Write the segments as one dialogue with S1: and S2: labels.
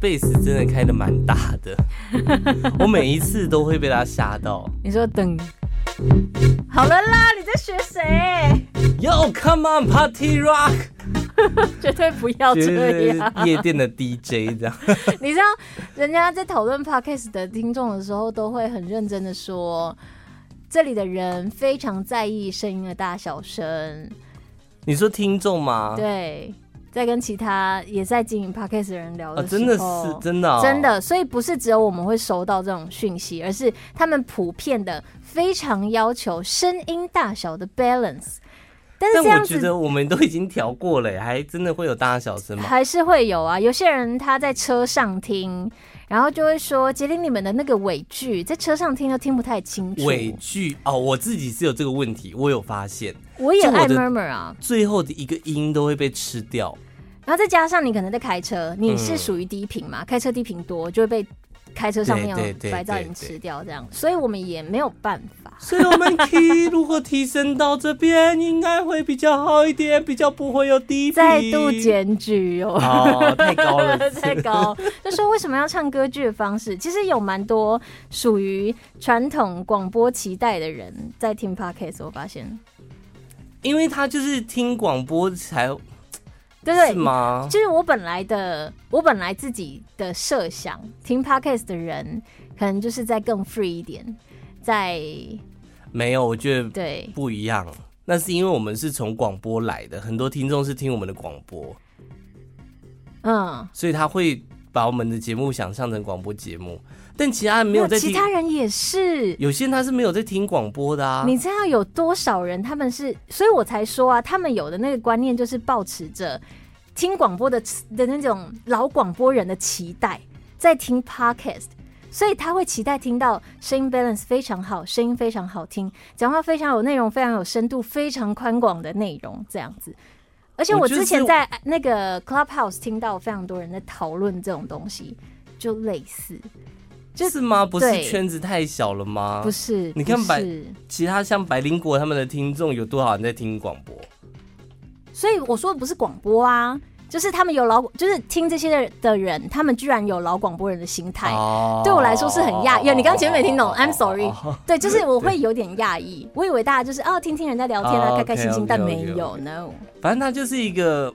S1: 贝斯真的开的蛮大的， 我每一次都会被他吓到。
S2: 你说等，好了啦，你在学谁？
S1: Yo, come on, party rock！
S2: 绝对不要哦这样。
S1: 就是夜店的 DJ 这样。
S2: 你知道，人家在讨论 podcast 的听众的时候，都会很认真的说，这里的人非常在意声音的大小声。
S1: 你说听众
S2: 啊
S1: 吗？
S2: 对，在跟其他也在经营 podcast 的人聊
S1: 啊，
S2: 的时
S1: 真的
S2: 候，
S1: 是真的、哦，
S2: 真。的，所以不是只有我们会收到这种讯息，而是他们普遍的非常要求声音大小的 balance。但是
S1: 但
S2: 这样
S1: 我觉
S2: 子
S1: 得我们都已经调过了耶，还真的会有大小声吗？
S2: 还是会有啊，有些人他在车上听，然后就会说：“杰林，你们的那个尾句在车上听都听不太清楚。”
S1: 尾句哦，我自己是有这个问题，我有发现，
S2: 我也
S1: 就我
S2: 爱
S1: 的
S2: murmur 啊，
S1: 最后的一个音都会被吃掉。
S2: 然后再加上你可能在开车，你
S1: 嗯
S2: 是属于低频嘛，开车低频多就会被开车上面
S1: 对对对
S2: 有白噪
S1: 对
S2: 音
S1: 对
S2: 吃掉，这样，所以我们也没有办法。
S1: 所以我们 key 如果提升到这边，应该会比较好一点，比较不会有低频。
S2: 再度检举哦。
S1: 哦，太高了，
S2: 太高，就说为什么要唱歌剧的方式？其实有蛮多属于传统广播期待的人在听 podcast，我发现，
S1: 因为他就是听广播才
S2: 对对
S1: 是吗？
S2: 就是我本来的，我本来自己的设想，听 podcast 的人可能就是在更 free 一点，在
S1: 没有，我觉得
S2: 对
S1: 不一样。那是因为我们是从广播来的，很多听众是听我们的广播，
S2: 嗯，
S1: 所以他会把我们的节目想象成广播节目。但其他人没
S2: 没
S1: 有在
S2: 其
S1: 听，
S2: 他人也是。
S1: 有些人他是没有在听广播的啊。
S2: 你知道有多少人他们是，所以我才说啊，他们有的那个观念就是抱持着听广播的的那种老广播人的期待，在听 podcast，所以他会期待听到声音 balance 非常好，声音非常好听，讲话非常有内容，非常有深度，非常宽广的内容这样子。而且
S1: 我
S2: 我
S1: 就是
S2: 之前在那个 Clubhouse 听到非常多人在讨论这种东西，就类似，
S1: 是吗？不是
S2: 对
S1: 圈子太小了吗？
S2: 不是？
S1: 你看
S2: 不
S1: 百
S2: 是
S1: 其他像百灵果他们的听众有多少人在听广播？
S2: 所以我说的不是广播啊，就是他们有老，就是听这些的的人，他们居然有老广播人的心态，
S1: 哦
S2: 对我来说是很讶异。你刚刚前面没听懂，I'm sorry
S1: 哦。
S2: 对，就是我会有点讶异，我以为大家就是哦，听听人家聊天
S1: 哦
S2: 啊，
S1: ，OK，
S2: 开开心
S1: OK，
S2: 心，但没
S1: OK，OK
S2: 有，no。
S1: 反正他就是一个，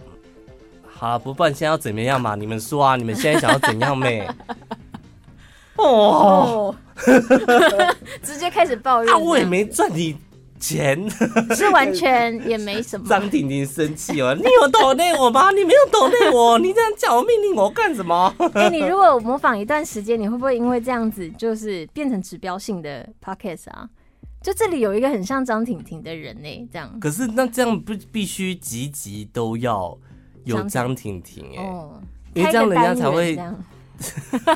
S1: 好不不然现在要怎么样嘛？你们说啊，你们现在想要怎样妹？哦，
S2: 哦，直接开始抱怨，
S1: 啊，我也没赚你钱。
S2: 是完全也没什么。
S1: 张婷婷生气哦，你有抖内我吗？你没有抖内我，你这样叫我命令我干什么？
S2: 哎、你如果模仿一段时间，你会不会因为这样子就是变成指标性的 podcast 啊？就这里有一个很像张婷婷的人呢、这样。
S1: 可是那这样不必须集集都要有张婷婷哎、
S2: 哦，
S1: 因为这样人家才会
S2: 开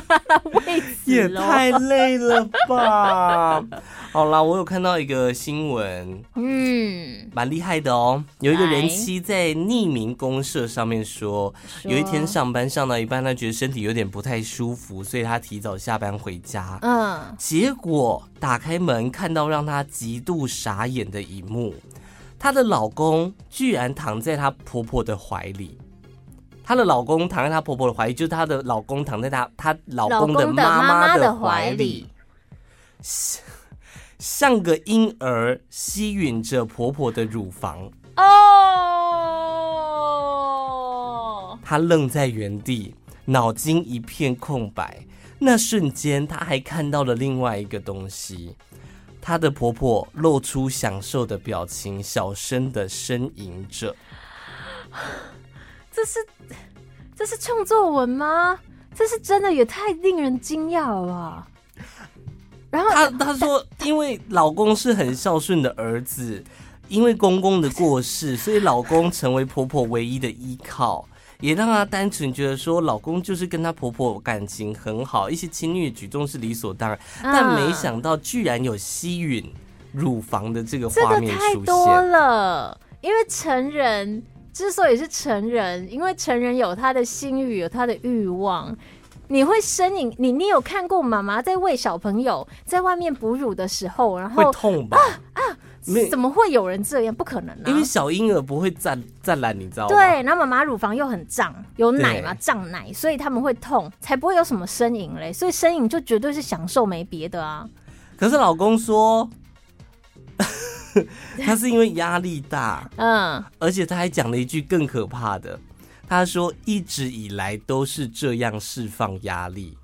S2: 个单元这样为
S1: 也
S2: 此咯
S1: 太累了吧？好啦，我有看到一个新闻，
S2: 嗯，
S1: 蛮厉害的哦。有一个人
S2: 来
S1: 妻在匿名公社上面说，
S2: 说
S1: 有一天上班上到一半，她觉得身体有点不太舒服，所以她提早下班回家。
S2: 嗯，
S1: 结果打开门，看到让她极度傻眼的一幕：她的老公居然躺在她婆婆的怀里。她的老公躺在她婆婆的怀里，就是她的老公躺在她她老
S2: 老
S1: 公的
S2: 公的
S1: 妈
S2: 妈妈
S1: 的
S2: 的
S1: 怀
S2: 怀
S1: 里
S2: 里，
S1: 像像个婴儿吸吮着婆婆的乳房。
S2: 哦，
S1: 他愣在原地，脑筋一片空白。那瞬间，他还看到了另外一个东西。她的婆婆露出享受的表情，小声的呻吟着。
S2: 这是这是创作文吗？这是真的也太令人惊讶了吧！然后
S1: 她她说，因为老公是很孝顺的儿子，因为公公的过世，所以老公成为婆婆唯一的依靠，也让她单纯觉得说，老公就是跟她婆婆感情很好，一些亲昵的举动是理所当然。
S2: 嗯
S1: 但没想到居然有吸吮乳房的这个
S2: 这
S1: 画
S2: 个
S1: 面
S2: 太
S1: 出
S2: 多
S1: 现，
S2: 了，因为成人之所以是成人，因为成人有他的性欲，有他的欲望。你会呻吟，你你有看过妈妈在喂小朋友在外面哺乳的时候，然
S1: 会
S2: 后
S1: 痛吧？没
S2: 啊怎么会有人这样？不可能啊！
S1: 因为小婴儿不会站站懒，你知道吗？
S2: 对，然后妈妈乳房又很胀，有奶嘛，
S1: 对
S2: 胀奶，所以他们会痛，才不会有什么呻吟嘞。所以呻吟就绝对是享受，没别的啊。
S1: 可是老公说， 他是因为压力大，
S2: 嗯，
S1: 而且他还讲了一句更可怕的，他说一直以来都是这样释放压力，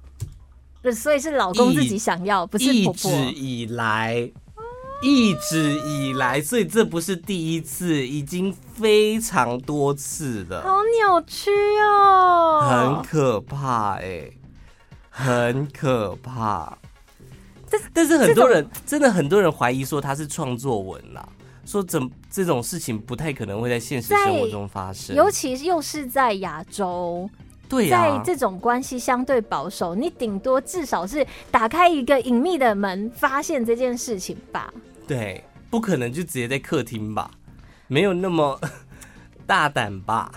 S2: 所以是老公
S1: 一
S2: 自己想要，不是
S1: 一
S2: 婆
S1: 直
S2: 婆。
S1: 以来。一直以来，所以这不是第一次，已经非常多次了，
S2: 好扭曲哦
S1: 很！可怕哎、很可怕。
S2: 但
S1: 但是很多人真的很多人怀疑说他是创作文啦，说怎这种事情不太可能会在现实生活中发生，
S2: 尤其又是在亚洲，
S1: 对啊呀、
S2: 在这种关系相对保守，你顶多至少是打开一个隐秘的门，发现这件事情吧。
S1: 对，不可能就直接在客厅吧，没有那么 大胆吧？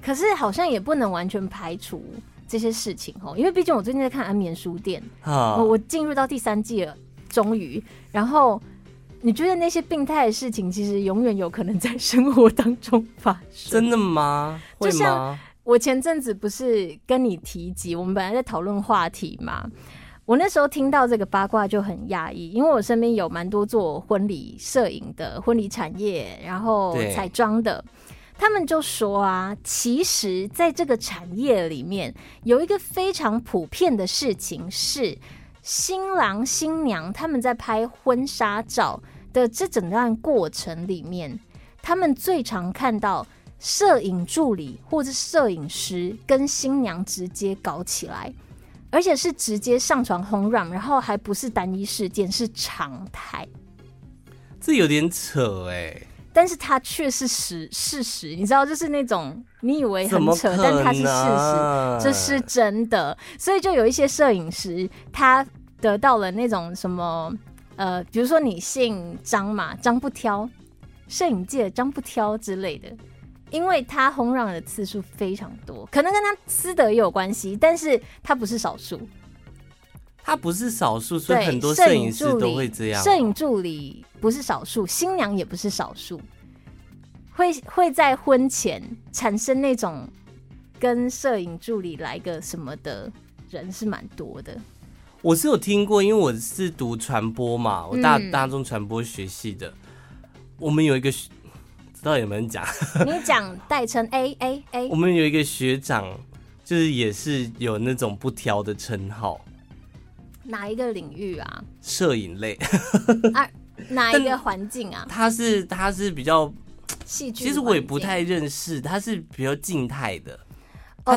S2: 可是好像也不能完全排除这些事情哦，因为毕竟我最近在看《安眠书店》
S1: 啊
S2: 我，我进入到第三季了，终于。然后你觉得那些病态的事情，其实永远有可能在生活当中发生。
S1: 真的吗？
S2: 就
S1: 会吗
S2: 像？我前阵子不是跟你提及，我们本来在讨论话题嘛。我那时候听到这个八卦就很讶异，因为我身边有蛮多做婚礼摄影的、婚礼产业，然后
S1: 对
S2: 彩妆的，他们就说啊，其实在这个产业里面有一个非常普遍的事情是，新郎新娘他们在拍婚纱照的这整段过程里面，他们最常看到摄影助理或者摄影师跟新娘直接搞起来，而且是直接上床轰 run，然后还不是单一事件，是常态。
S1: 这有点扯哎、
S2: 但是它却是实事实，你知道，就是那种你以为
S1: 怎
S2: 哎很
S1: 么可
S2: 扯，
S1: 能？啊
S2: 但它是事实。这是真的。所以就有一些摄影师，他得到了那种什么，呃，比如说你姓张嘛，张不挑，摄影界的张不挑之类的，因为他轰嚷的次数非常多，可能跟他私德也有关系，但是他不是少数。
S1: 他不是少数，所以
S2: 对，
S1: 很多
S2: 摄
S1: 摄影师
S2: 助理
S1: 都会这样。哦
S2: 摄影助理不是少数，新娘也不是少数，会会在婚前产生那种跟摄影助理来个什么的人是蛮多的。
S1: 我是有听过，因为我是读传播嘛，我大、
S2: 嗯
S1: 大众传播学系的，我们有一个学，知道有没有人讲？
S2: 你讲代称 A A
S1: 我
S2: A，
S1: 们有一个学长，就是也是有那种不挑的称号，
S2: 哪一个领域啊？
S1: 摄影类，
S2: 啊，哪一个环境啊？
S1: 他是他是比较，
S2: 戏剧环境？
S1: 其实我也不太认识，他是比较静态的，
S2: 哦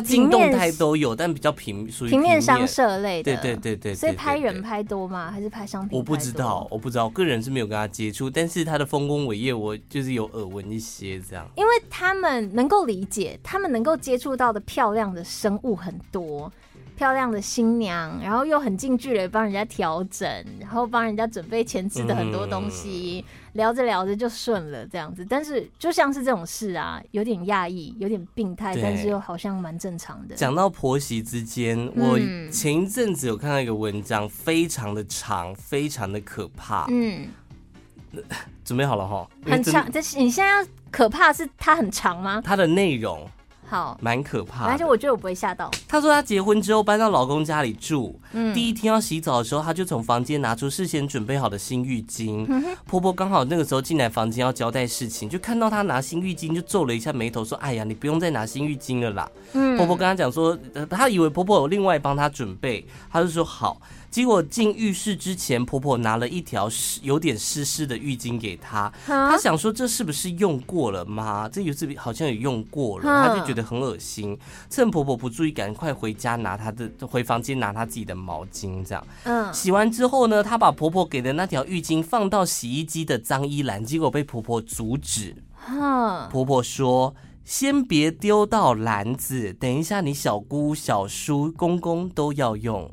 S1: 他静动态
S2: 平面
S1: 都有，但比较平，属于
S2: 平面
S1: 面
S2: 商，摄类
S1: 对
S2: 的，
S1: 对对对，
S2: 所以
S1: 对
S2: 拍
S1: 对
S2: 人
S1: 对
S2: 拍多吗？还是拍商品？
S1: 我不知道，，我不知道，个人是没有跟他接触，但是他的丰功伟业，我就是有耳闻一些这样。
S2: 因为他们能够理解，他们能够接触到的漂亮的生物很多，
S1: 嗯
S2: 漂亮的新娘，然后又很近距离地帮人家调整，然后帮人家准备前置的很多东
S1: 嗯
S2: 西，聊着聊着就顺了这样子。但是就像是这种事啊，有点压抑，有点病态，
S1: 对
S2: 但是又好像蛮正常的。
S1: 讲到婆媳之间，我
S2: 嗯
S1: 前一阵子有看到一个文章，非常的长，非常的可怕。
S2: 嗯，
S1: 准备好了哈，因为
S2: 很
S1: 真
S2: 长。这是你现在要可怕是它很长吗？
S1: 它的内容
S2: 好，
S1: 蛮可
S2: 而
S1: 怕
S2: 且
S1: 的。
S2: 我觉得我不会吓到。
S1: 她说她结婚之后搬到老公家里住，
S2: 嗯
S1: 第一天要洗澡的时候，她就从房间拿出事先准备好的新浴巾。
S2: 嗯
S1: 婆婆刚好那个时候进来房间要交代事情，就看到她拿新浴巾，就皱了一下眉头，说：“哎呀，你不用再拿新浴巾了啦。”
S2: 嗯
S1: 婆婆跟她讲说，呃她以为婆婆有另外帮她准备，她就说好。结果进浴室之前，婆婆拿了一条湿、有点湿湿的浴巾给她，
S2: 啊
S1: 她想说这是不是用过了吗？这有是不是好像有用过了，
S2: 嗯
S1: 她就觉得很恶心。趁婆婆不注意，赶快回家拿她的，回房间拿她自己的毛巾。这样
S2: 嗯，
S1: 洗完之后呢，她把婆婆给的那条浴巾放到洗衣机的脏衣篮，结果被婆婆阻止。
S2: 哈，
S1: 婆婆说：“先别丢到篮子，等一下你小姑、小叔、公公都要用，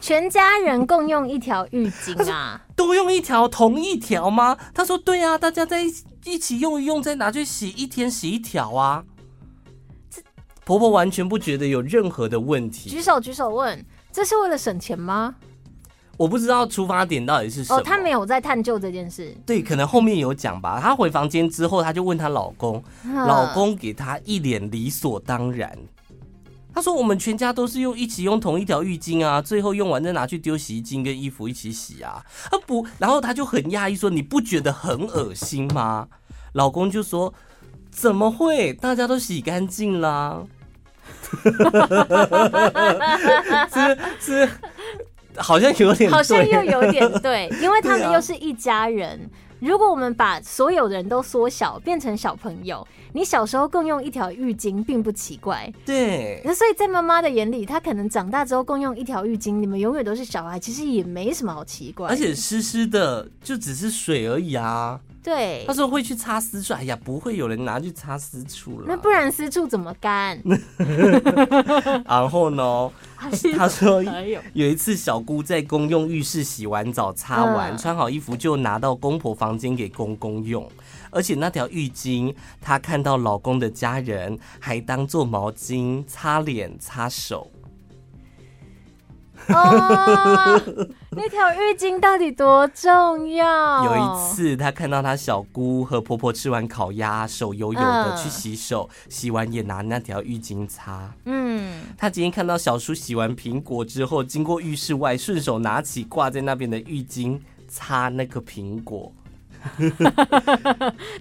S2: 全家人共用一条浴巾啊。
S1: 都用一条同一条吗？”她说：“对啊，大家在一起一起用一用，再拿去洗，一天洗一条啊。”婆婆完全不觉得有任何的问题
S2: 举。手举手问，这是为了省钱吗？
S1: 我不知道出发点到底是什么。
S2: 哦，她没有在探究这件事。
S1: 对，可能后面有讲吧。她回房间之后，她就问她老公，
S2: 嗯
S1: 老公给她一脸理所当然。她说：“我们全家都是用一起用同一条浴巾啊，最后用完再拿去丢洗衣机跟衣服一起洗啊。”啊不，然后她就很讶异说：“你不觉得很恶心吗？”老公就说：“怎么会？大家都洗干净啦。” 是是，好像有点
S2: 好像
S1: 对
S2: 又有点对，因为他
S1: 对
S2: 们
S1: 啊
S2: 又是一家人。如果我们把所有人都缩小变成小朋友，你小时候共用一条浴巾并不奇怪。
S1: 对。
S2: 那所以在妈妈的眼里，她可能长大之后共用一条浴巾，你们永远都是小孩，其实也没什么好奇怪的。
S1: 而且湿湿的，就只是水而已啊。
S2: 对
S1: 他，说会去擦私处，哎呀，不会有人拿去擦私处了。
S2: 那不然私处怎么 干？
S1: 然后呢？他说
S2: 哎呦，
S1: 有一次，小姑在公用浴室洗完澡、擦完，
S2: 嗯
S1: 穿好衣服就拿到公婆房间给公公用。而且那条浴巾，她看到老公的家人还当做毛巾擦脸、擦手。
S2: 哦，那条浴巾到底多重要？
S1: 有一次，她看到她小姑和婆婆吃完烤鸭，手油油的
S2: 嗯
S1: 去洗手，洗完也拿那条浴巾擦。
S2: 嗯，
S1: 他今天看到小叔洗完苹果之后，经过浴室外，顺手拿起挂在那边的浴巾擦那个苹果。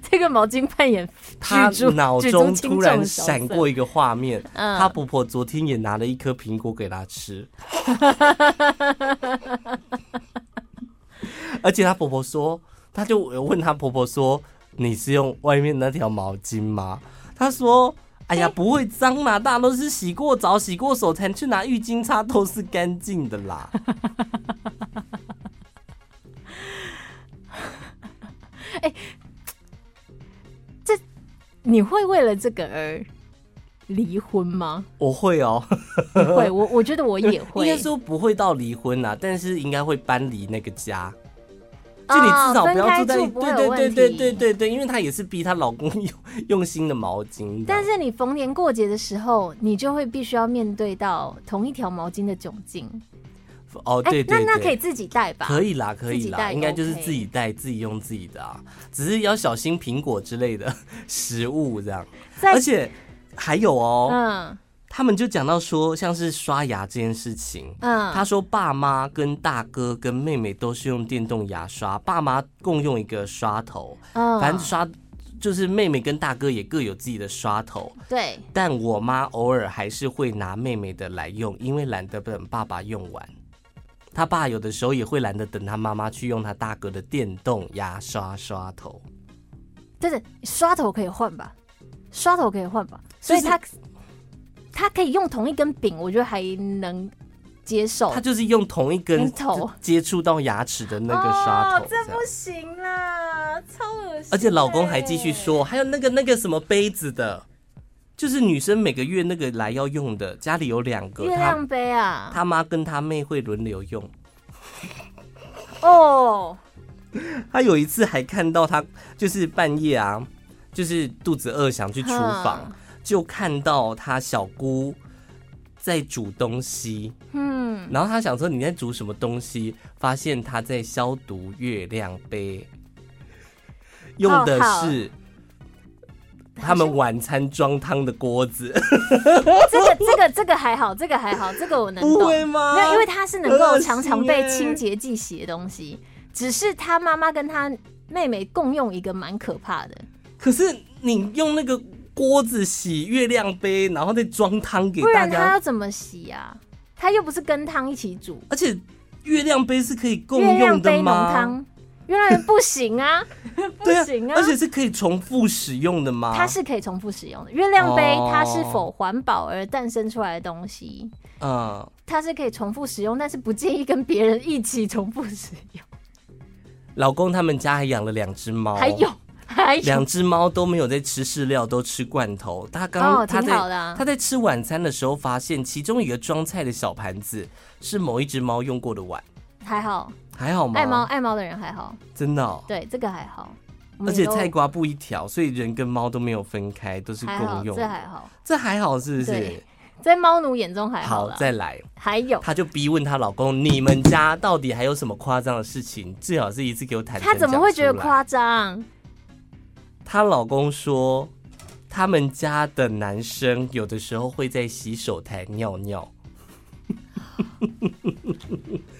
S2: 这个毛巾扮演
S1: 他
S2: 举足
S1: 脑
S2: 举足
S1: 中
S2: 轻
S1: 突
S2: 重
S1: 然
S2: 的角色
S1: 闪过一个画面，
S2: 嗯
S1: 他婆婆昨天也拿了一颗苹果给他 吃，而且他婆婆说，他就问他婆婆说：“你是用外面那条毛巾吗？”他说。哎呀，不会脏啦，大家都是洗过澡、洗过手才去拿浴巾擦，都是干净的啦。
S2: 你会为了这个而离婚吗？
S1: 我会哦，
S2: 你会，我我觉得我也会。
S1: 应该说不会到离婚啦，但是应该会搬离那个家。就你至少不要住在、
S2: 哦哦分开住不会有
S1: 对
S2: 问
S1: 对
S2: 题
S1: 对对对对，因为她也是逼她老公用用新的毛巾的。
S2: 但是你逢年过节的时候，你就会必须要面对到同一条毛巾的窘境。
S1: 哦，
S2: 哎、
S1: 对对对，
S2: 那那可以自己带吧？
S1: 可以啦，可以
S2: 自己
S1: 啦，
S2: 带
S1: 应该就是
S2: OK
S1: 自己带自己用自己的啊，只是要小心苹果之类的 食物这样。
S2: 在
S1: 而且还有哦，
S2: 嗯
S1: 他们就讲到说，像是刷牙这件事情，
S2: 嗯，
S1: 他说爸妈跟大哥跟妹妹都是用电动牙刷，爸妈共用一个刷头，
S2: 嗯
S1: 反正刷就是妹妹跟大哥也各有自己的刷头，
S2: 对
S1: 但我妈偶尔还是会拿妹妹的来用，因为懒得等爸爸用完。他爸有的时候也会懒得等他妈妈去用他大哥的电动牙刷刷头，
S2: 就是刷头可以换吧？刷头可以换吧？所以
S1: 就是
S2: 他他可以用同一根柄，我觉得还能接受
S1: 他。就是用同一根
S2: 跟头
S1: 接触到牙齿的那个刷头
S2: 哦，
S1: 这
S2: 这
S1: 样。
S2: 不行啦，超恶心的。
S1: 而且老公还继续说，还有那个那个什么杯子的，就是女生每个月那个来要用的，家里有两个，
S2: 月
S1: 她
S2: 亮杯啊，
S1: 她妈跟她妹会轮流用。
S2: 哦，
S1: 她有一次还看到她就是半夜啊，就是肚子饿想去厨房
S2: 哼，
S1: 就看到她小姑在煮东西，
S2: 嗯，
S1: 然后她想说你在煮什么东西，发现她在消毒月亮杯，用的
S2: 哦好
S1: 是他们晚餐装汤的锅子。
S2: 这个 这个这个还好，这个还好，这个我能
S1: 不
S2: 懂。
S1: 会吗？
S2: 没有，因为它是能够常常被
S1: 恶心耶
S2: 清洁剂洗的东西，只是他妈妈跟他妹妹共用一个蛮可怕的，
S1: 可是你用那个锅子洗月亮杯，然后再装汤给
S2: 不
S1: 大
S2: 然他
S1: 家，
S2: 要怎么洗啊？他又不是跟汤一起煮，
S1: 而且月亮杯是可以共
S2: 月亮
S1: 用
S2: 杯
S1: 的
S2: 浓
S1: 吗？
S2: 汤，月亮杯不行啊，不
S1: 对
S2: 行啊
S1: 而且是可以重复使用的吗？
S2: 它是可以重复使用的。月亮杯
S1: 哦
S2: 它是否环保而诞生出来的东西，
S1: 嗯，
S2: 它是可以重复使用，但是不建议跟别人一起重复使用。
S1: 老公他们家还养了两只猫，
S2: 还有还有，
S1: 哦两只猫都没有在吃饲料，都吃罐头。他刚、
S2: 哦
S1: 他
S2: 挺
S1: 在
S2: 好的啊
S1: 他在吃晚餐的时候，发现其中一个装菜的小盘子是某一只猫用过的碗，
S2: 还好，
S1: 还好吗？
S2: 爱猫爱猫的人还好，
S1: 真的、哦。
S2: 对这个还好。我
S1: 而
S2: 们
S1: 且
S2: 都
S1: 菜瓜布一条，所以人跟猫都没有分开，都是
S2: 还
S1: 共
S2: 好，
S1: 用。
S2: 这还好。
S1: 这还好是不是
S2: 对？在猫奴眼中还
S1: 好，
S2: 了。
S1: 再来，
S2: 还有，
S1: 她就逼问她老公：“你们家到底还有什么夸张的事情？最好是一次给我坦诚。”
S2: 她怎么会觉得？夸张？
S1: 她老公说，他们家的男生有的时候会在洗手台尿尿。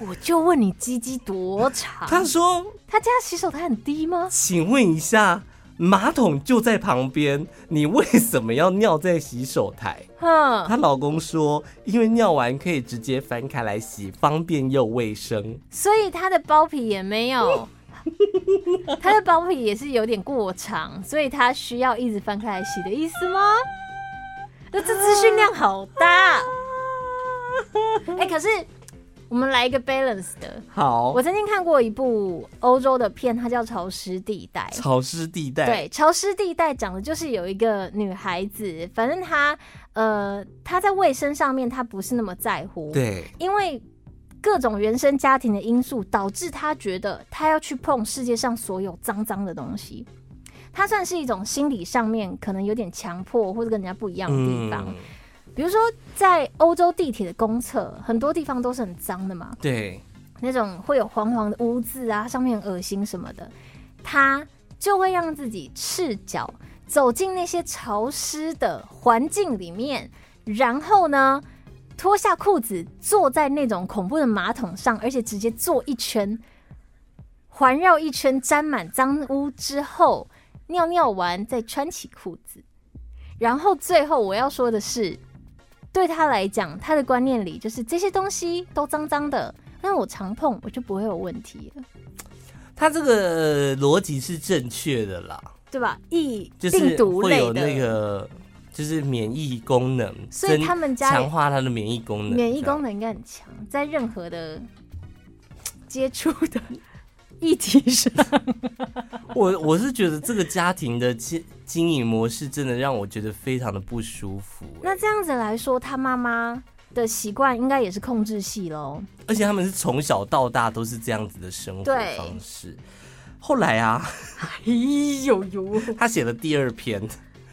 S2: 我就问你，鸡鸡多长？
S1: 她说
S2: 他家洗手台很低吗：“？
S1: 请问一下，马桶就在旁边，你为什么要尿在洗手台？”
S2: 哼，
S1: 她老公说，因为尿完可以直接翻开来洗，方便又卫生。
S2: 所以他的包皮也没有，他的包皮也是有点过长，所以他需要一直翻开来洗的意思吗？那这资讯量好大。哎、可是我们来一个 balance 的。
S1: 好，
S2: 我曾经看过一部欧洲的片，它叫《潮湿地带》。
S1: 潮湿地带，
S2: 对，潮湿地带讲的就是有一个女孩子，反正她呃，她在卫生上面她不是那么在乎，
S1: 对
S2: 因为各种原生家庭的因素，导致她觉得她要去碰世界上所有脏脏的东西。她算是一种心理上面可能有点强迫，或者跟人家不一样的地方。
S1: 嗯，
S2: 比如说，在欧洲地铁的公厕，很多地方都是很脏的嘛，
S1: 对，
S2: 那种会有黄黄的污渍啊，上面很恶心什么的，他就会让自己赤脚走进那些潮湿的环境里面，然后呢，脱下裤子坐在那种恐怖的马桶上，而且直接坐一圈，环绕一圈沾满脏污之后，尿尿完再穿起裤子。然后最后我要说的是，对他来讲，他的观念里就是这些东西都脏脏的，但我常碰，我就不会有问题了，
S1: 他这个呃逻辑是正确的啦，
S2: 对吧？疫
S1: 就是
S2: 病毒
S1: 会
S2: 类
S1: 有
S2: 的，
S1: 那个就是免疫功能，
S2: 所以
S1: 增
S2: 他们家
S1: 强化他的免疫功能，
S2: 免疫功
S1: 能
S2: 能应该很强，在任何的接触的议题上，
S1: 我我是觉得这个家庭的经经营模式真的让我觉得非常的不舒服、欸
S2: 那这样子来说，他妈妈的习惯应该也是控制系喽。
S1: 而且他们是从小到大都是这样子的生活
S2: 对
S1: 方式。后来啊，
S2: 哎呦呦，
S1: 他写了第二篇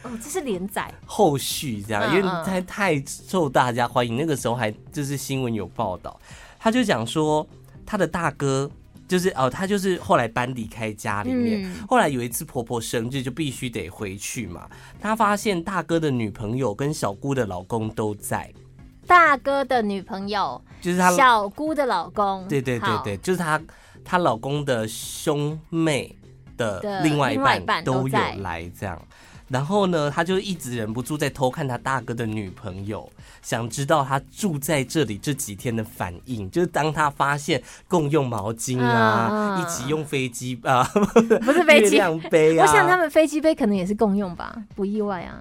S2: 哦，这是连载，
S1: 后续，这样，
S2: 嗯
S1: 因为
S2: 嗯
S1: 太太受大家欢迎，那个时候还就是新闻有报道，他就讲说他的大哥就是哦，他就是后来搬离开家里面，
S2: 嗯
S1: 后来有一次婆婆生日就必须得回去嘛，他发现大哥的女朋友跟小姑的老公都在，
S2: 大哥的女朋友，
S1: 就是他
S2: 小姑的老公，
S1: 对对对
S2: 好
S1: 对，，就是她她老公的兄妹的
S2: 的
S1: 另外一
S2: 另外一
S1: 半
S2: 半
S1: 都
S2: 都
S1: 有
S2: 在
S1: 来这样。然后呢，他就一直忍不住在偷看他大哥的女朋友，想知道他住在这里这几天的反应。就是当他发现共用毛巾啊，
S2: 嗯嗯
S1: 一起用飞机啊，
S2: 不是飞
S1: 月
S2: 机。
S1: 亮杯啊，
S2: 我想他，们飞机杯可能也是共用吧，不意外啊。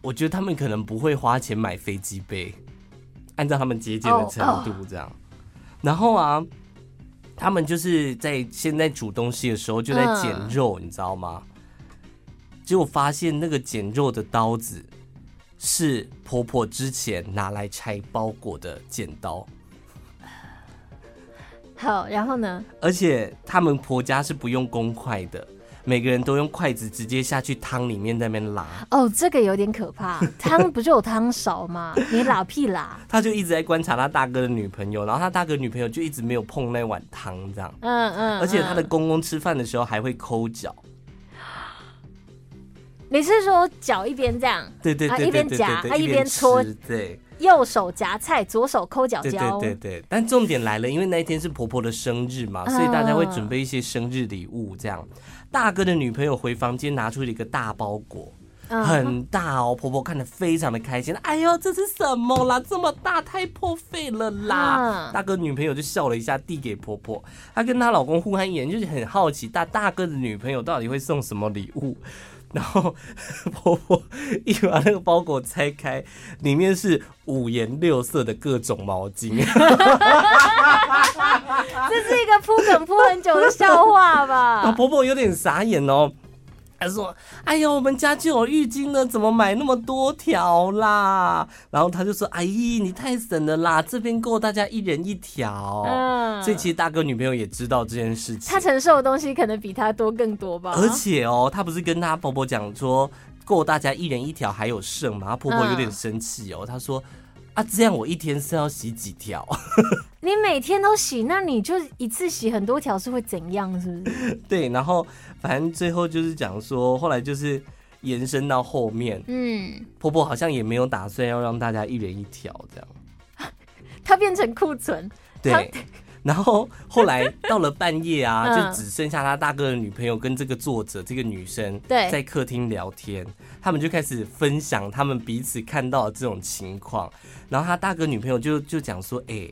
S1: 我觉得他们可能不会花钱买飞机杯，按照他们节俭的
S2: 哦
S1: 程度这样。然后啊，他们就是在现在煮东西的时候就在
S2: 嗯
S1: 捡肉，你知道吗？结果发现那个捡肉的刀子是婆婆之前拿来拆包裹的剪刀，
S2: 好，然后呢？
S1: 而且他们婆家是不用公筷的。每个人都用筷子直接下去汤里面在那边拉，
S2: 哦，这个有点可 怕。汤不就有汤勺吗？你拉屁拉？
S1: 他就一直在观察他大哥的女朋友，然后他大哥女朋友就一直没有碰那碗汤这样。
S2: 嗯嗯。
S1: 而且他的
S2: 嗯，
S1: 公公吃饭的时候还会抠脚，
S2: 你是说脚一边这样，
S1: 对对
S2: 啊
S1: 对
S2: 一
S1: 对
S2: 边
S1: 对
S2: 夹
S1: 对，
S2: 啊
S1: 一
S2: 一边搓
S1: 吃对
S2: 右手夹菜，左手抠脚
S1: 对
S2: 胶？
S1: 对对对。但重点来了，因为那一天是婆婆的生日嘛，
S2: 嗯
S1: 所以大家会准备一些生日礼物这样。大哥的女朋友回房间拿出了一个大包裹。
S2: 嗯
S1: 很大哦，婆婆看得非常的开心。哎呦，这是什么啦？这么大，太破费了啦！
S2: 嗯
S1: 大哥女朋友就笑了一下，递给婆婆。她跟她老公互看一眼，就是很好奇大大哥的女朋友到底会送什么礼物。然后婆婆一把那个包裹拆开，里面是五颜六色的各种毛巾。
S2: 这是一个铺梗铺很久的笑话
S1: 老
S2: 吧？
S1: 啊婆婆有点傻眼哦，她说：“哎呦，我们家就有浴巾呢，怎么买那么多条啦？”然后她就说：“阿姨，你太省了啦，这边够大家一人一条。
S2: 嗯
S1: 所以其实大哥女朋友也知道这件事情
S2: 他，承受的东西可能比他多更多吧？
S1: 而且哦，她不是跟她婆婆讲说。够大家一人一条还有剩吗？”她婆婆有点
S2: 嗯
S1: 生气哦，她说：“啊，这样我一天是要洗几条？”
S2: 你每天都洗，那你就一次洗很多条是会怎样？是不是？
S1: 对，然后反正最后就是讲说，后来就是延伸到后面，
S2: 嗯，
S1: 婆婆好像也没有打算要让大家一人一条这 样。
S2: 它变成库存，
S1: 对，然后后来到了半夜啊，
S2: 嗯
S1: 就只剩下他大哥的女朋友跟这个作者这个女生
S2: 对
S1: 在客厅聊天，他们就开始分享他们彼此看到的这种情况，然后他大哥女朋友就就讲说，哎、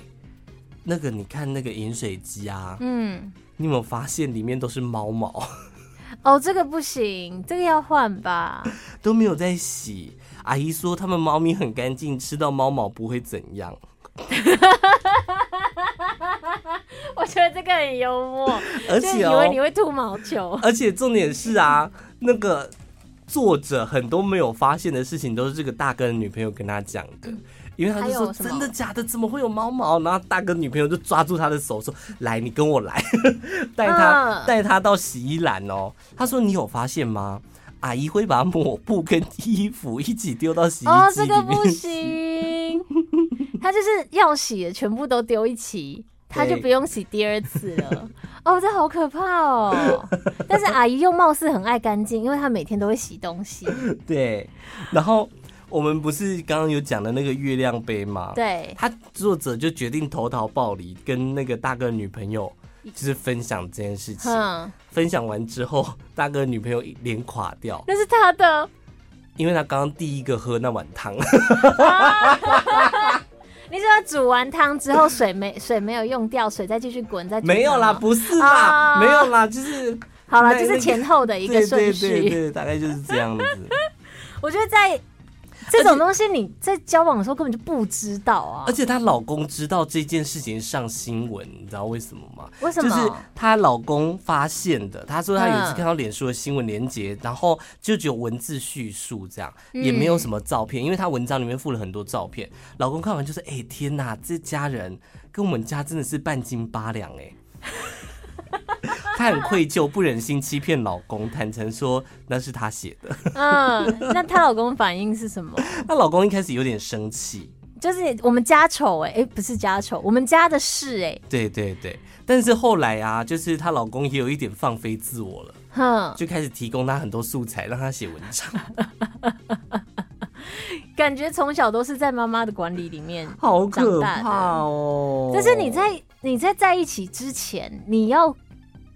S1: 那个你看那个饮水机啊，
S2: 嗯，
S1: 你有没有发现里面都是猫毛？
S2: 哦，这个不行，这个要换吧。
S1: 都没有在洗。阿姨说他们猫咪很干净，吃到猫毛不会怎样。
S2: 我觉得这个很幽 默，
S1: 而
S2: 就
S1: 且
S2: 以
S1: 哦
S2: 为，你会吐毛球。
S1: 而且重点是啊，那个作者很多没有发现的事情都是这个大哥的女朋友跟他讲的。因为他就
S2: 嗯还
S1: 说
S2: 有什么
S1: 真的假的，怎么会有猫毛？然后大哥女朋友就抓住他的手说：“来，你跟我来， 带他
S2: 嗯
S1: 带他到洗衣篮哦。”他说：“你有发现吗？阿姨会把抹布跟衣服一起丢到洗衣
S2: 哦，
S1: 机
S2: 这
S1: 里
S2: 个
S1: 面。
S2: 不行， 他就是要洗的全部都丢一起，他就
S1: 对
S2: 不用洗第二次 了。哦，这好可怕 哦！但是阿姨又貌似很爱干净，因为她每天都会洗东 西。
S1: 对，然后我们不是刚刚有讲的那个月亮杯吗？，
S2: 对，
S1: 他作者就决定投桃报李，跟那个大哥女朋友就是分享这件事情。
S2: 哼，
S1: 分享完之后，大哥女朋友脸垮掉，
S2: 那是他的。
S1: 因为他刚刚第一个喝那碗汤，
S2: 你说煮完汤之后水没水没有用掉，水再继续滚，再煮
S1: 没有啦，
S2: 汤吗
S1: 不是啦，
S2: 啊
S1: 没有啦，就是
S2: 好了，
S1: 那
S2: 就是前后的一个
S1: 对
S2: 顺
S1: 对
S2: 序。
S1: 对对，大概就是这样子。
S2: 我觉得在这种东西，你在交往的时候根本就不知道啊
S1: 而。且她老公知道这件事情上新闻，你知道为什么吗？
S2: 为什么嗯
S1: 就是她老公发现的。她说她有一次看到脸书的新闻连接，然后就只有文字叙述这样，
S2: 嗯
S1: 也没有什么照片，因为她文章里面附了很多照片。老公看完就是，哎、天哪，这家人跟我们家真的是半斤八两哎、 她很愧疚，不忍心欺骗老公，坦诚说那是她写的。
S2: 嗯，那她老公反应是什么？
S1: 她老公一开始有点生气，
S2: 就是我们家丑哎、欸，哎、不是家丑，我们家的事哎、
S1: 对对对，但是后来啊，就是她老公也有一点放飞自我了，
S2: 哼，
S1: 就开始提供她很多素材，让她写文章，
S2: 感觉从小都是在妈妈的管理里面
S1: 好
S2: 可
S1: 可
S2: 怕
S1: 怕哦！
S2: 但是你在你在在一起之前，你要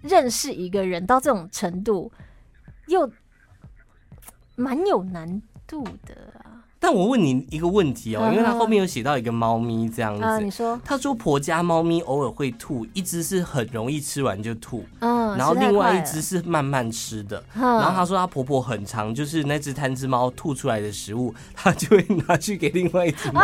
S2: 认识一个人到这种程度，又蛮有难度的啊。
S1: 但我问你一个问题哦，
S2: 嗯哼
S1: 因为她后面有写到一个猫咪这样
S2: 啊，你
S1: 子，
S2: 说，
S1: 她说婆家猫咪偶尔会吐，一只是很容易吃完就吐，
S2: 嗯，
S1: 然后
S2: 实在
S1: 另外
S2: 快
S1: 一只
S2: 了，
S1: 是慢慢吃的。
S2: 嗯
S1: 然后她说，她婆婆很常就是那只贪吃猫吐出来的食物，她就会拿去给另外一只
S2: 啊
S1: 猫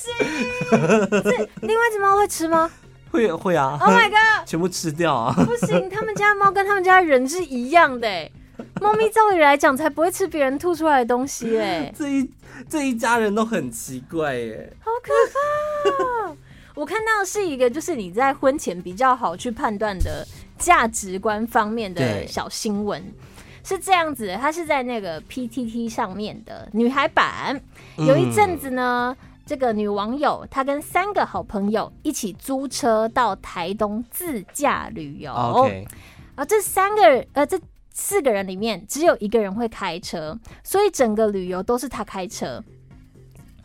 S1: 吃。
S2: 另外一只猫会 吃吗
S1: 会会啊
S2: ？Oh my god！
S1: 全部吃掉啊！
S2: 不行，他们家猫跟他们家人是一样 的、欸。猫咪照理来讲才不会吃别人吐出来的东西 哎、
S1: 这一这一家人都很奇怪耶。
S2: 好可怕哦！我看到是一个，就是你在婚前比较好去判断的价值观方面的
S1: 对
S2: 小新闻，是这样子的，它是在那个 PTT 上面的女孩版，
S1: 嗯
S2: 有一阵子呢。这个女网友她跟三个好朋友一起租车到台东自驾旅游。
S1: OK，
S2: 啊，这三个人呃，这四个人里面只有一个人会开车，所以整个旅游都是他开车。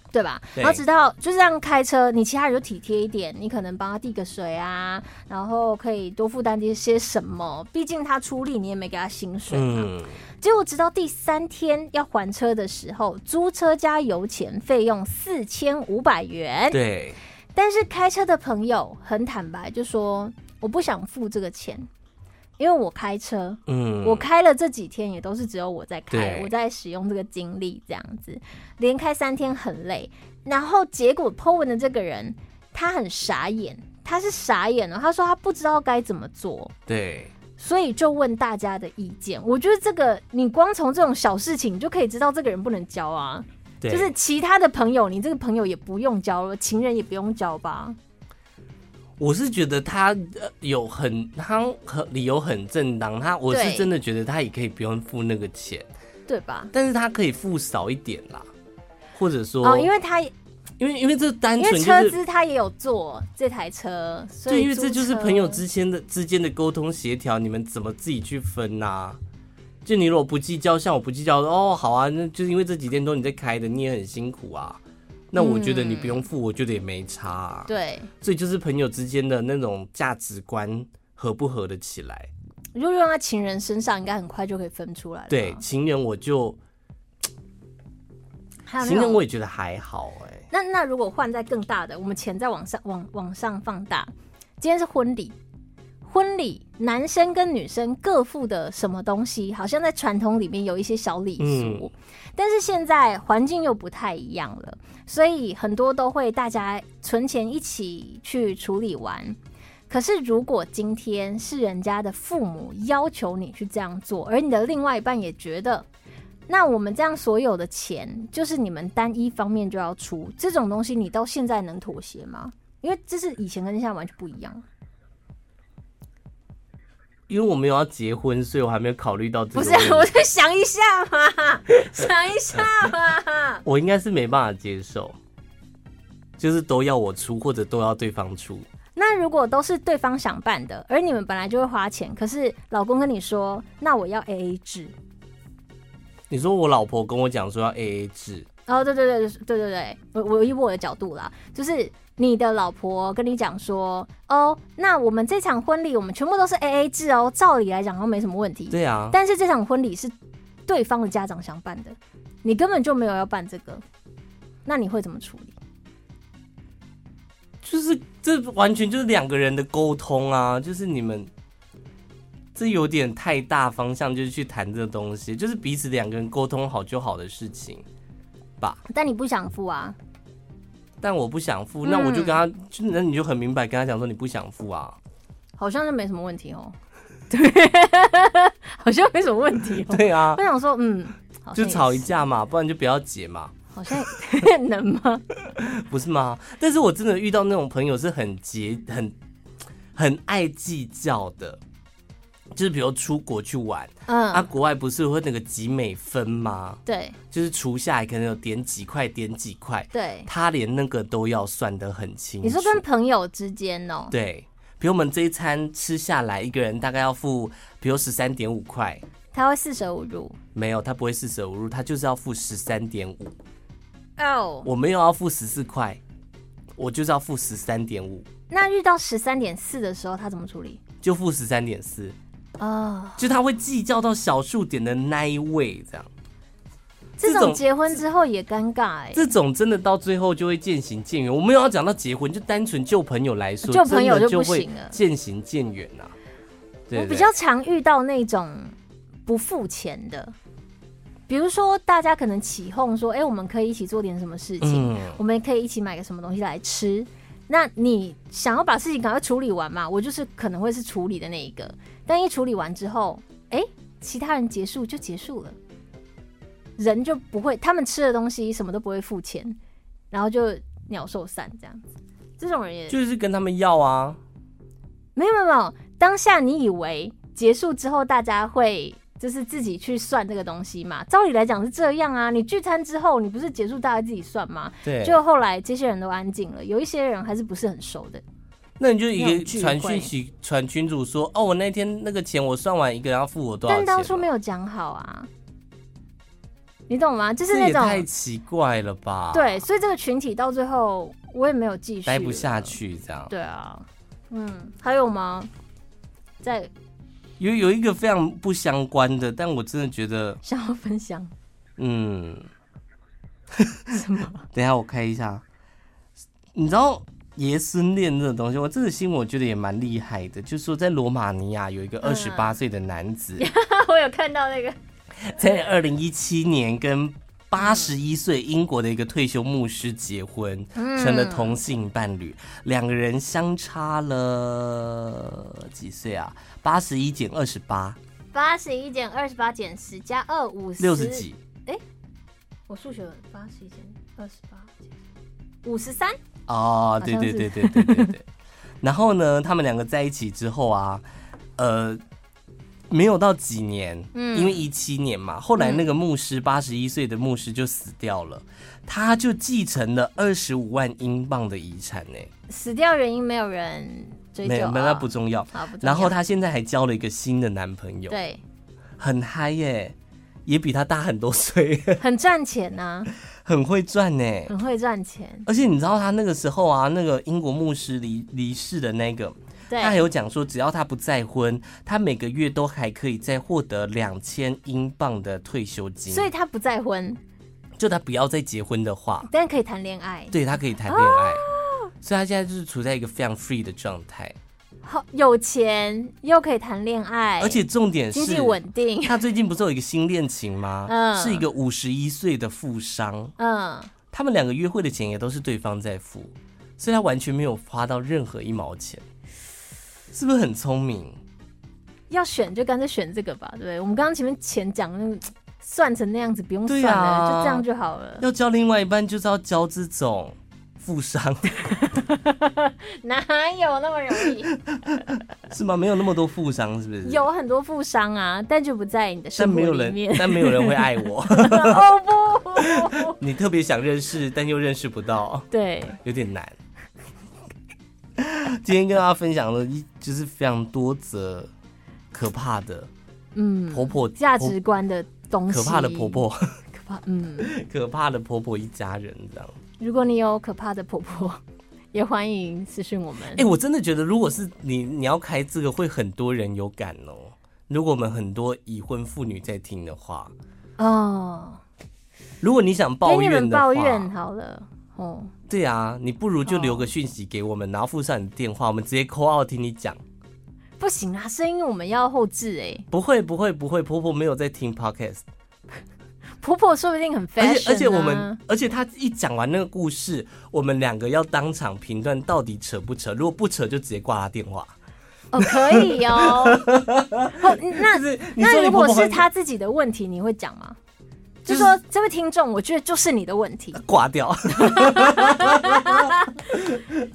S2: 对吧？
S1: 对
S2: 然后直到就这样开车，你其他人就体贴一点，你可能帮他递个水啊，然后可以多负担一些什么，毕竟他出力，你也没给他薪水嘛。
S1: 嗯，
S2: 结果直到第三天要还车的时候，租车加油钱费用四千五百元，
S1: 对，
S2: 但是开车的朋友很坦白，就说我不想付这个钱，因为我开车，
S1: 嗯，
S2: 我开了这几天也都是只有我在开，
S1: 对
S2: 我在使用这个精力这样子，连开三天很累。然后结果 Po 文的这个人，他很傻眼，他是傻眼哦了，他说他不知道该怎么做。
S1: 对，
S2: 所以就问大家的意见，我觉得这个你光从这种小事情你就可以知道这个人不能交啊，
S1: 对，
S2: 就是其他的朋友，你这个朋友也不用交了，情人也不用交吧。
S1: 我是觉得他呃有很他很理由很正当，他我
S2: 对
S1: 是真的觉得他也可以不用付那个钱，
S2: 对吧？
S1: 但是他可以付少一点啦，或者说，
S2: 哦，因为他因
S1: 因为因为这单纯
S2: 为
S1: 就
S2: 车
S1: 是。
S2: 资他也有坐这台车，所以
S1: 对，因为这
S2: 租
S1: 就是
S2: 车
S1: 朋友之间的之间的沟通协调，你们怎么自己去分呐、啊就你如果不计较，像我不计较，哦，好啊，那就是因为这几天都你在开的，你也很辛苦啊。那我觉得你不用付，我觉得也没差、啊。
S2: 嗯对。
S1: 所以就是朋友之间的那种价值观合不合得起来。
S2: 如果用在情人身上，应该很快就可以分出来了。
S1: 对，，情人我就
S2: 啊还有那
S1: 情人
S2: 种
S1: 我也觉得还好哎、
S2: 那那如果换在更大的，我们钱再往上往往上放大，今天是婚礼，婚礼男生跟女生各付的什么东西，好像在传统里面有一些小礼
S1: 嗯
S2: 俗，但是现在环境又不太一样了，所以很多都会大家存钱一起去处理完。可是，如果今天是人家的父母要求你去这样做，而你的另外一半也觉得那我们这样所有的钱，就是你们单一方面就要出，这种东西你到现在能妥协吗？因为这是以前跟现在完全不一样，
S1: 因为我没有要结婚，所以我还没有考虑到这个
S2: 不
S1: 问
S2: 是
S1: 题。
S2: 啊？我就想一下嘛， 想一下嘛。
S1: 我应该是没办法接受，就是都要我出或者都要对方出。
S2: 那如果都是对方想办的，而你们本来就会花钱，可是老公跟你说，那我要 A A 制，
S1: 你说我老婆跟我讲说要 A A 制，
S2: 哦，对对对对对对，我我以我的角度啦，就是你的老婆跟你讲说，哦，那我们这场婚礼我们全部都是 A A 制哦，照理来讲都没什么问题，
S1: 对啊，
S2: 但是这场婚礼是对方的家长想办的，你根本就没有要办这个，那你会怎么处理？
S1: 就是这完全就是两个人的沟通啊，就是你们这有点太大方向，就是去谈这个东西，就是彼此两个人沟通好就好的事情吧。
S2: 但你不想付啊，
S1: 但我不想付，那我
S2: 嗯
S1: 就跟他，就那你就很明白跟他讲说你不想付啊，
S2: 好像是没什么问题哦。对，好像没什么问题哦。
S1: 对啊
S2: 我，想说，嗯，好
S1: 就
S2: 像
S1: 吵
S2: 也
S1: 一
S2: 是，
S1: 架嘛，不然就不要结嘛。
S2: 好像 能吗？
S1: 不是吗？但是我真的遇到那种朋友是很节、很很爱计较的，就是比如出国去玩，
S2: 嗯，
S1: 啊，国外不是会那个集美分吗？
S2: 对
S1: 就是除下来可能有点几块、点几块，
S2: 对，
S1: 他连那个都要算得很清楚。
S2: 你说跟朋友之间哦，
S1: 对，比如我们这一餐吃下来，一个人大概要付，比如十三点五块，
S2: 他会四舍五入
S1: 没有，他不会四舍五入，他就是要付十三点五，
S2: 哦。
S1: 我没有要付十四块，我就是要付十三点五，
S2: 那遇到十三点四的时候，他怎么处理？
S1: 就付十三点四。
S2: 哦，
S1: 就他会计较到小数点的那一位，这样
S2: 这
S1: 这种
S2: 种结婚之后也尴尬哎、
S1: 这种真的到最后就会渐行渐远。我没有要讲到结婚，就单纯就朋友来说，
S2: 就朋友
S1: 真的
S2: 就
S1: 就
S2: 不
S1: 会
S2: 行了
S1: 渐行渐远啊。对
S2: 我
S1: 不
S2: 比
S1: 对
S2: 较常遇到那种不付钱的，比如说大家可能起哄说：“哎、我们可以一起做点什么事情，
S1: 嗯，
S2: 我们可以一起买个什么东西来吃。”那你想要把事情赶快处理完嘛？我就是可能会是处理的那一个，但一处理完之后，哎、其他人结束就结束了，人就不会，他们吃的东西什么都不会付钱，然后就鸟兽散这样子。这种人也
S1: 就是跟他们要啊，
S2: 没有没有没有，当下你以为结束之后大家会就是自己去算这个东西嘛？照理来讲是这样啊，你聚餐之后你不是结束大家自己算吗？
S1: 对。
S2: 就后来这些人都安静了，有一些人还是不是很熟的，
S1: 那你就一
S2: 那
S1: 个
S2: 种聚
S1: 传
S2: 会
S1: 讯息传群主说，哦，我那天那个钱我算完一个人要付我多少
S2: 但
S1: 钱，啊
S2: 当初没有讲好啊，你懂吗？就是
S1: 这
S2: 那
S1: 也太
S2: 种
S1: 奇怪了吧？
S2: 对，，所以这个群体到最后我也没有继 续，
S1: 待不下。去这样。
S2: 对啊，嗯，还有吗？在
S1: 有有一个非常不相关的，但我真的觉得
S2: 想要分享
S1: 嗯，
S2: 什么？
S1: 等一下我开一下。你知道爷孙恋这种东西，我这个新闻我觉得也蛮厉害的，就是说在罗马尼亚有一
S2: 嗯
S1: 个二十八岁的男子，
S2: 我有看到那个，
S1: 在二零一七年跟八十一岁英国的一个退休牧师结婚，
S2: 嗯
S1: 成了同性伴侣，两个人相差了几岁啊？八十一减二十八，
S2: 八十一减二十八减十加二五
S1: 六十。几？
S2: 我数学八十一减二十八减五十三，
S1: 哦，对
S2: 像
S1: 对
S2: 是
S1: 对对对对对。然后呢，他们两个在一起之后啊，呃，没有到几年，
S2: 嗯
S1: 因为一七年嘛，后来那个牧师八十一岁的牧师就死掉了，他就继承了二十五万英镑的遗产呢、
S2: 死掉原因没有人追究，啊
S1: 没有，没有那不重要。
S2: 好，不重要
S1: 然后她现在还交了一个新的男朋友，
S2: 对
S1: 很嗨耶、也比她大很多岁，
S2: 很赚钱呐、
S1: 很会赚呢、
S2: 很会赚钱，
S1: 而且你知道她那个时候啊，那个英国牧师离离世的那个，
S2: 对，
S1: 他还有讲说，只要他不再婚，他每个月都还可以再获得两千英镑的退休金。
S2: 所以他不再婚，
S1: 就他不要再结婚的话，
S2: 但可以谈恋爱，
S1: 对他可以谈
S2: 哦
S1: 恋爱。所以他现在就是处在一个非常 free 的状态，
S2: 好有钱又可以谈恋爱，
S1: 而且重点
S2: 经
S1: 是
S2: 济稳定，
S1: 他最近不是有一个新恋情吗？
S2: 嗯
S1: 是一个五十一岁的富商，
S2: 嗯，
S1: 他们两个约会的钱也都是对方在付，所以他完全没有花到任何一毛钱，是不是很聪明？
S2: 要选就干脆选这个吧，对不对？我们刚刚前面前讲那个算成那样子，不用算
S1: 对
S2: 了，
S1: 啊
S2: 就这样就好了。
S1: 要交另外一半就是要交这种富商，
S2: 哪有那么容易？
S1: 是吗？没有那么多富商，是不是？，
S2: 有很多富商啊，但就不在你的
S1: 但
S2: 生活
S1: 没有
S2: 里
S1: 人
S2: 面，。
S1: 但没有人会爱我。
S2: 哦不，
S1: 你特别想认识，但又认识不到，
S2: 对，
S1: 有点难。 今天跟大家分享了一，就是非常多则可怕的
S2: 嗯，
S1: 婆婆
S2: 价
S1: 婆
S2: 值观的东西，
S1: 可怕的婆，婆，
S2: 可怕，嗯。
S1: 可怕的婆婆一家人这样。
S2: 如果你有可怕的婆婆，也欢迎私讯我们。
S1: 哎、我真的觉得，如果是你，你要开这个，会很多人有感哦。如果我们很多已婚妇女在听的话，
S2: 哦，
S1: 如果你想抱
S2: 给你
S1: 怨
S2: 们
S1: 的话，
S2: 抱怨好了。哦，
S1: 对啊，你不如就留个讯息给我们，然后附上你的电话，我们直接 call out 听你讲。
S2: 不行啊啦，声音我们要后置哎、
S1: 不会，不会，不会，婆婆没有在听 podcast，
S2: 婆婆说不定很 fashion、
S1: 而
S2: 啊、
S1: 且而且我们，而且她一讲完那个故事，我们两个要当场评断到底扯不扯，如果不扯就直接挂她电话。
S2: 哦可以 哦。哦那
S1: 就是你说
S2: 那
S1: 你
S2: 如
S1: 婆
S2: 果
S1: 婆
S2: 是
S1: 会
S2: 她自己的问题，你会讲吗？就
S1: 就是
S2: 说这位听众，我觉得就是你的问题，
S1: 挂掉，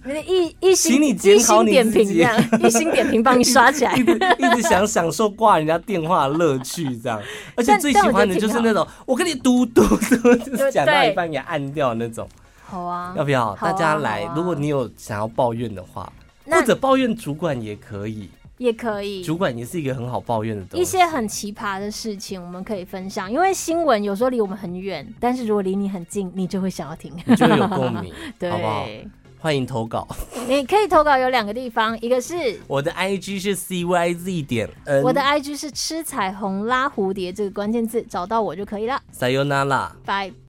S2: 你的一一星
S1: 请你
S2: 一
S1: 检讨
S2: 星
S1: 你
S2: 点
S1: 自己
S2: 评这样， 一星点评帮你刷起来
S1: 一。直一直想享受挂人家电话的乐趣这样， 而且
S2: 但
S1: 最喜欢的就是那种我跟你嘟嘟嘟，就是讲到
S2: 对
S1: 一半给她按掉那种，
S2: 好啊，
S1: 要不要？
S2: 好
S1: 大
S2: 啊
S1: 家来
S2: 好，啊
S1: 如果你有想要抱怨的话，
S2: 那
S1: 或者抱怨主管也可以。
S2: 也可以。
S1: 主管也是一个很好抱怨的东西。
S2: 一些很奇葩的事情，我们可以分享，因为新闻有时候离我们很远，但是如果离你很近，你就会想要听。，
S1: 你就会有共鸣
S2: 对，
S1: 好不好？欢迎投稿，
S2: 你可以投稿有两个地方，一个是
S1: 我的 IG 是 cyz 点 n，
S2: 我的 IG 是吃彩虹拉蝴蝶这个关键字，找到我就可以了。
S1: Sayonara。
S2: 拜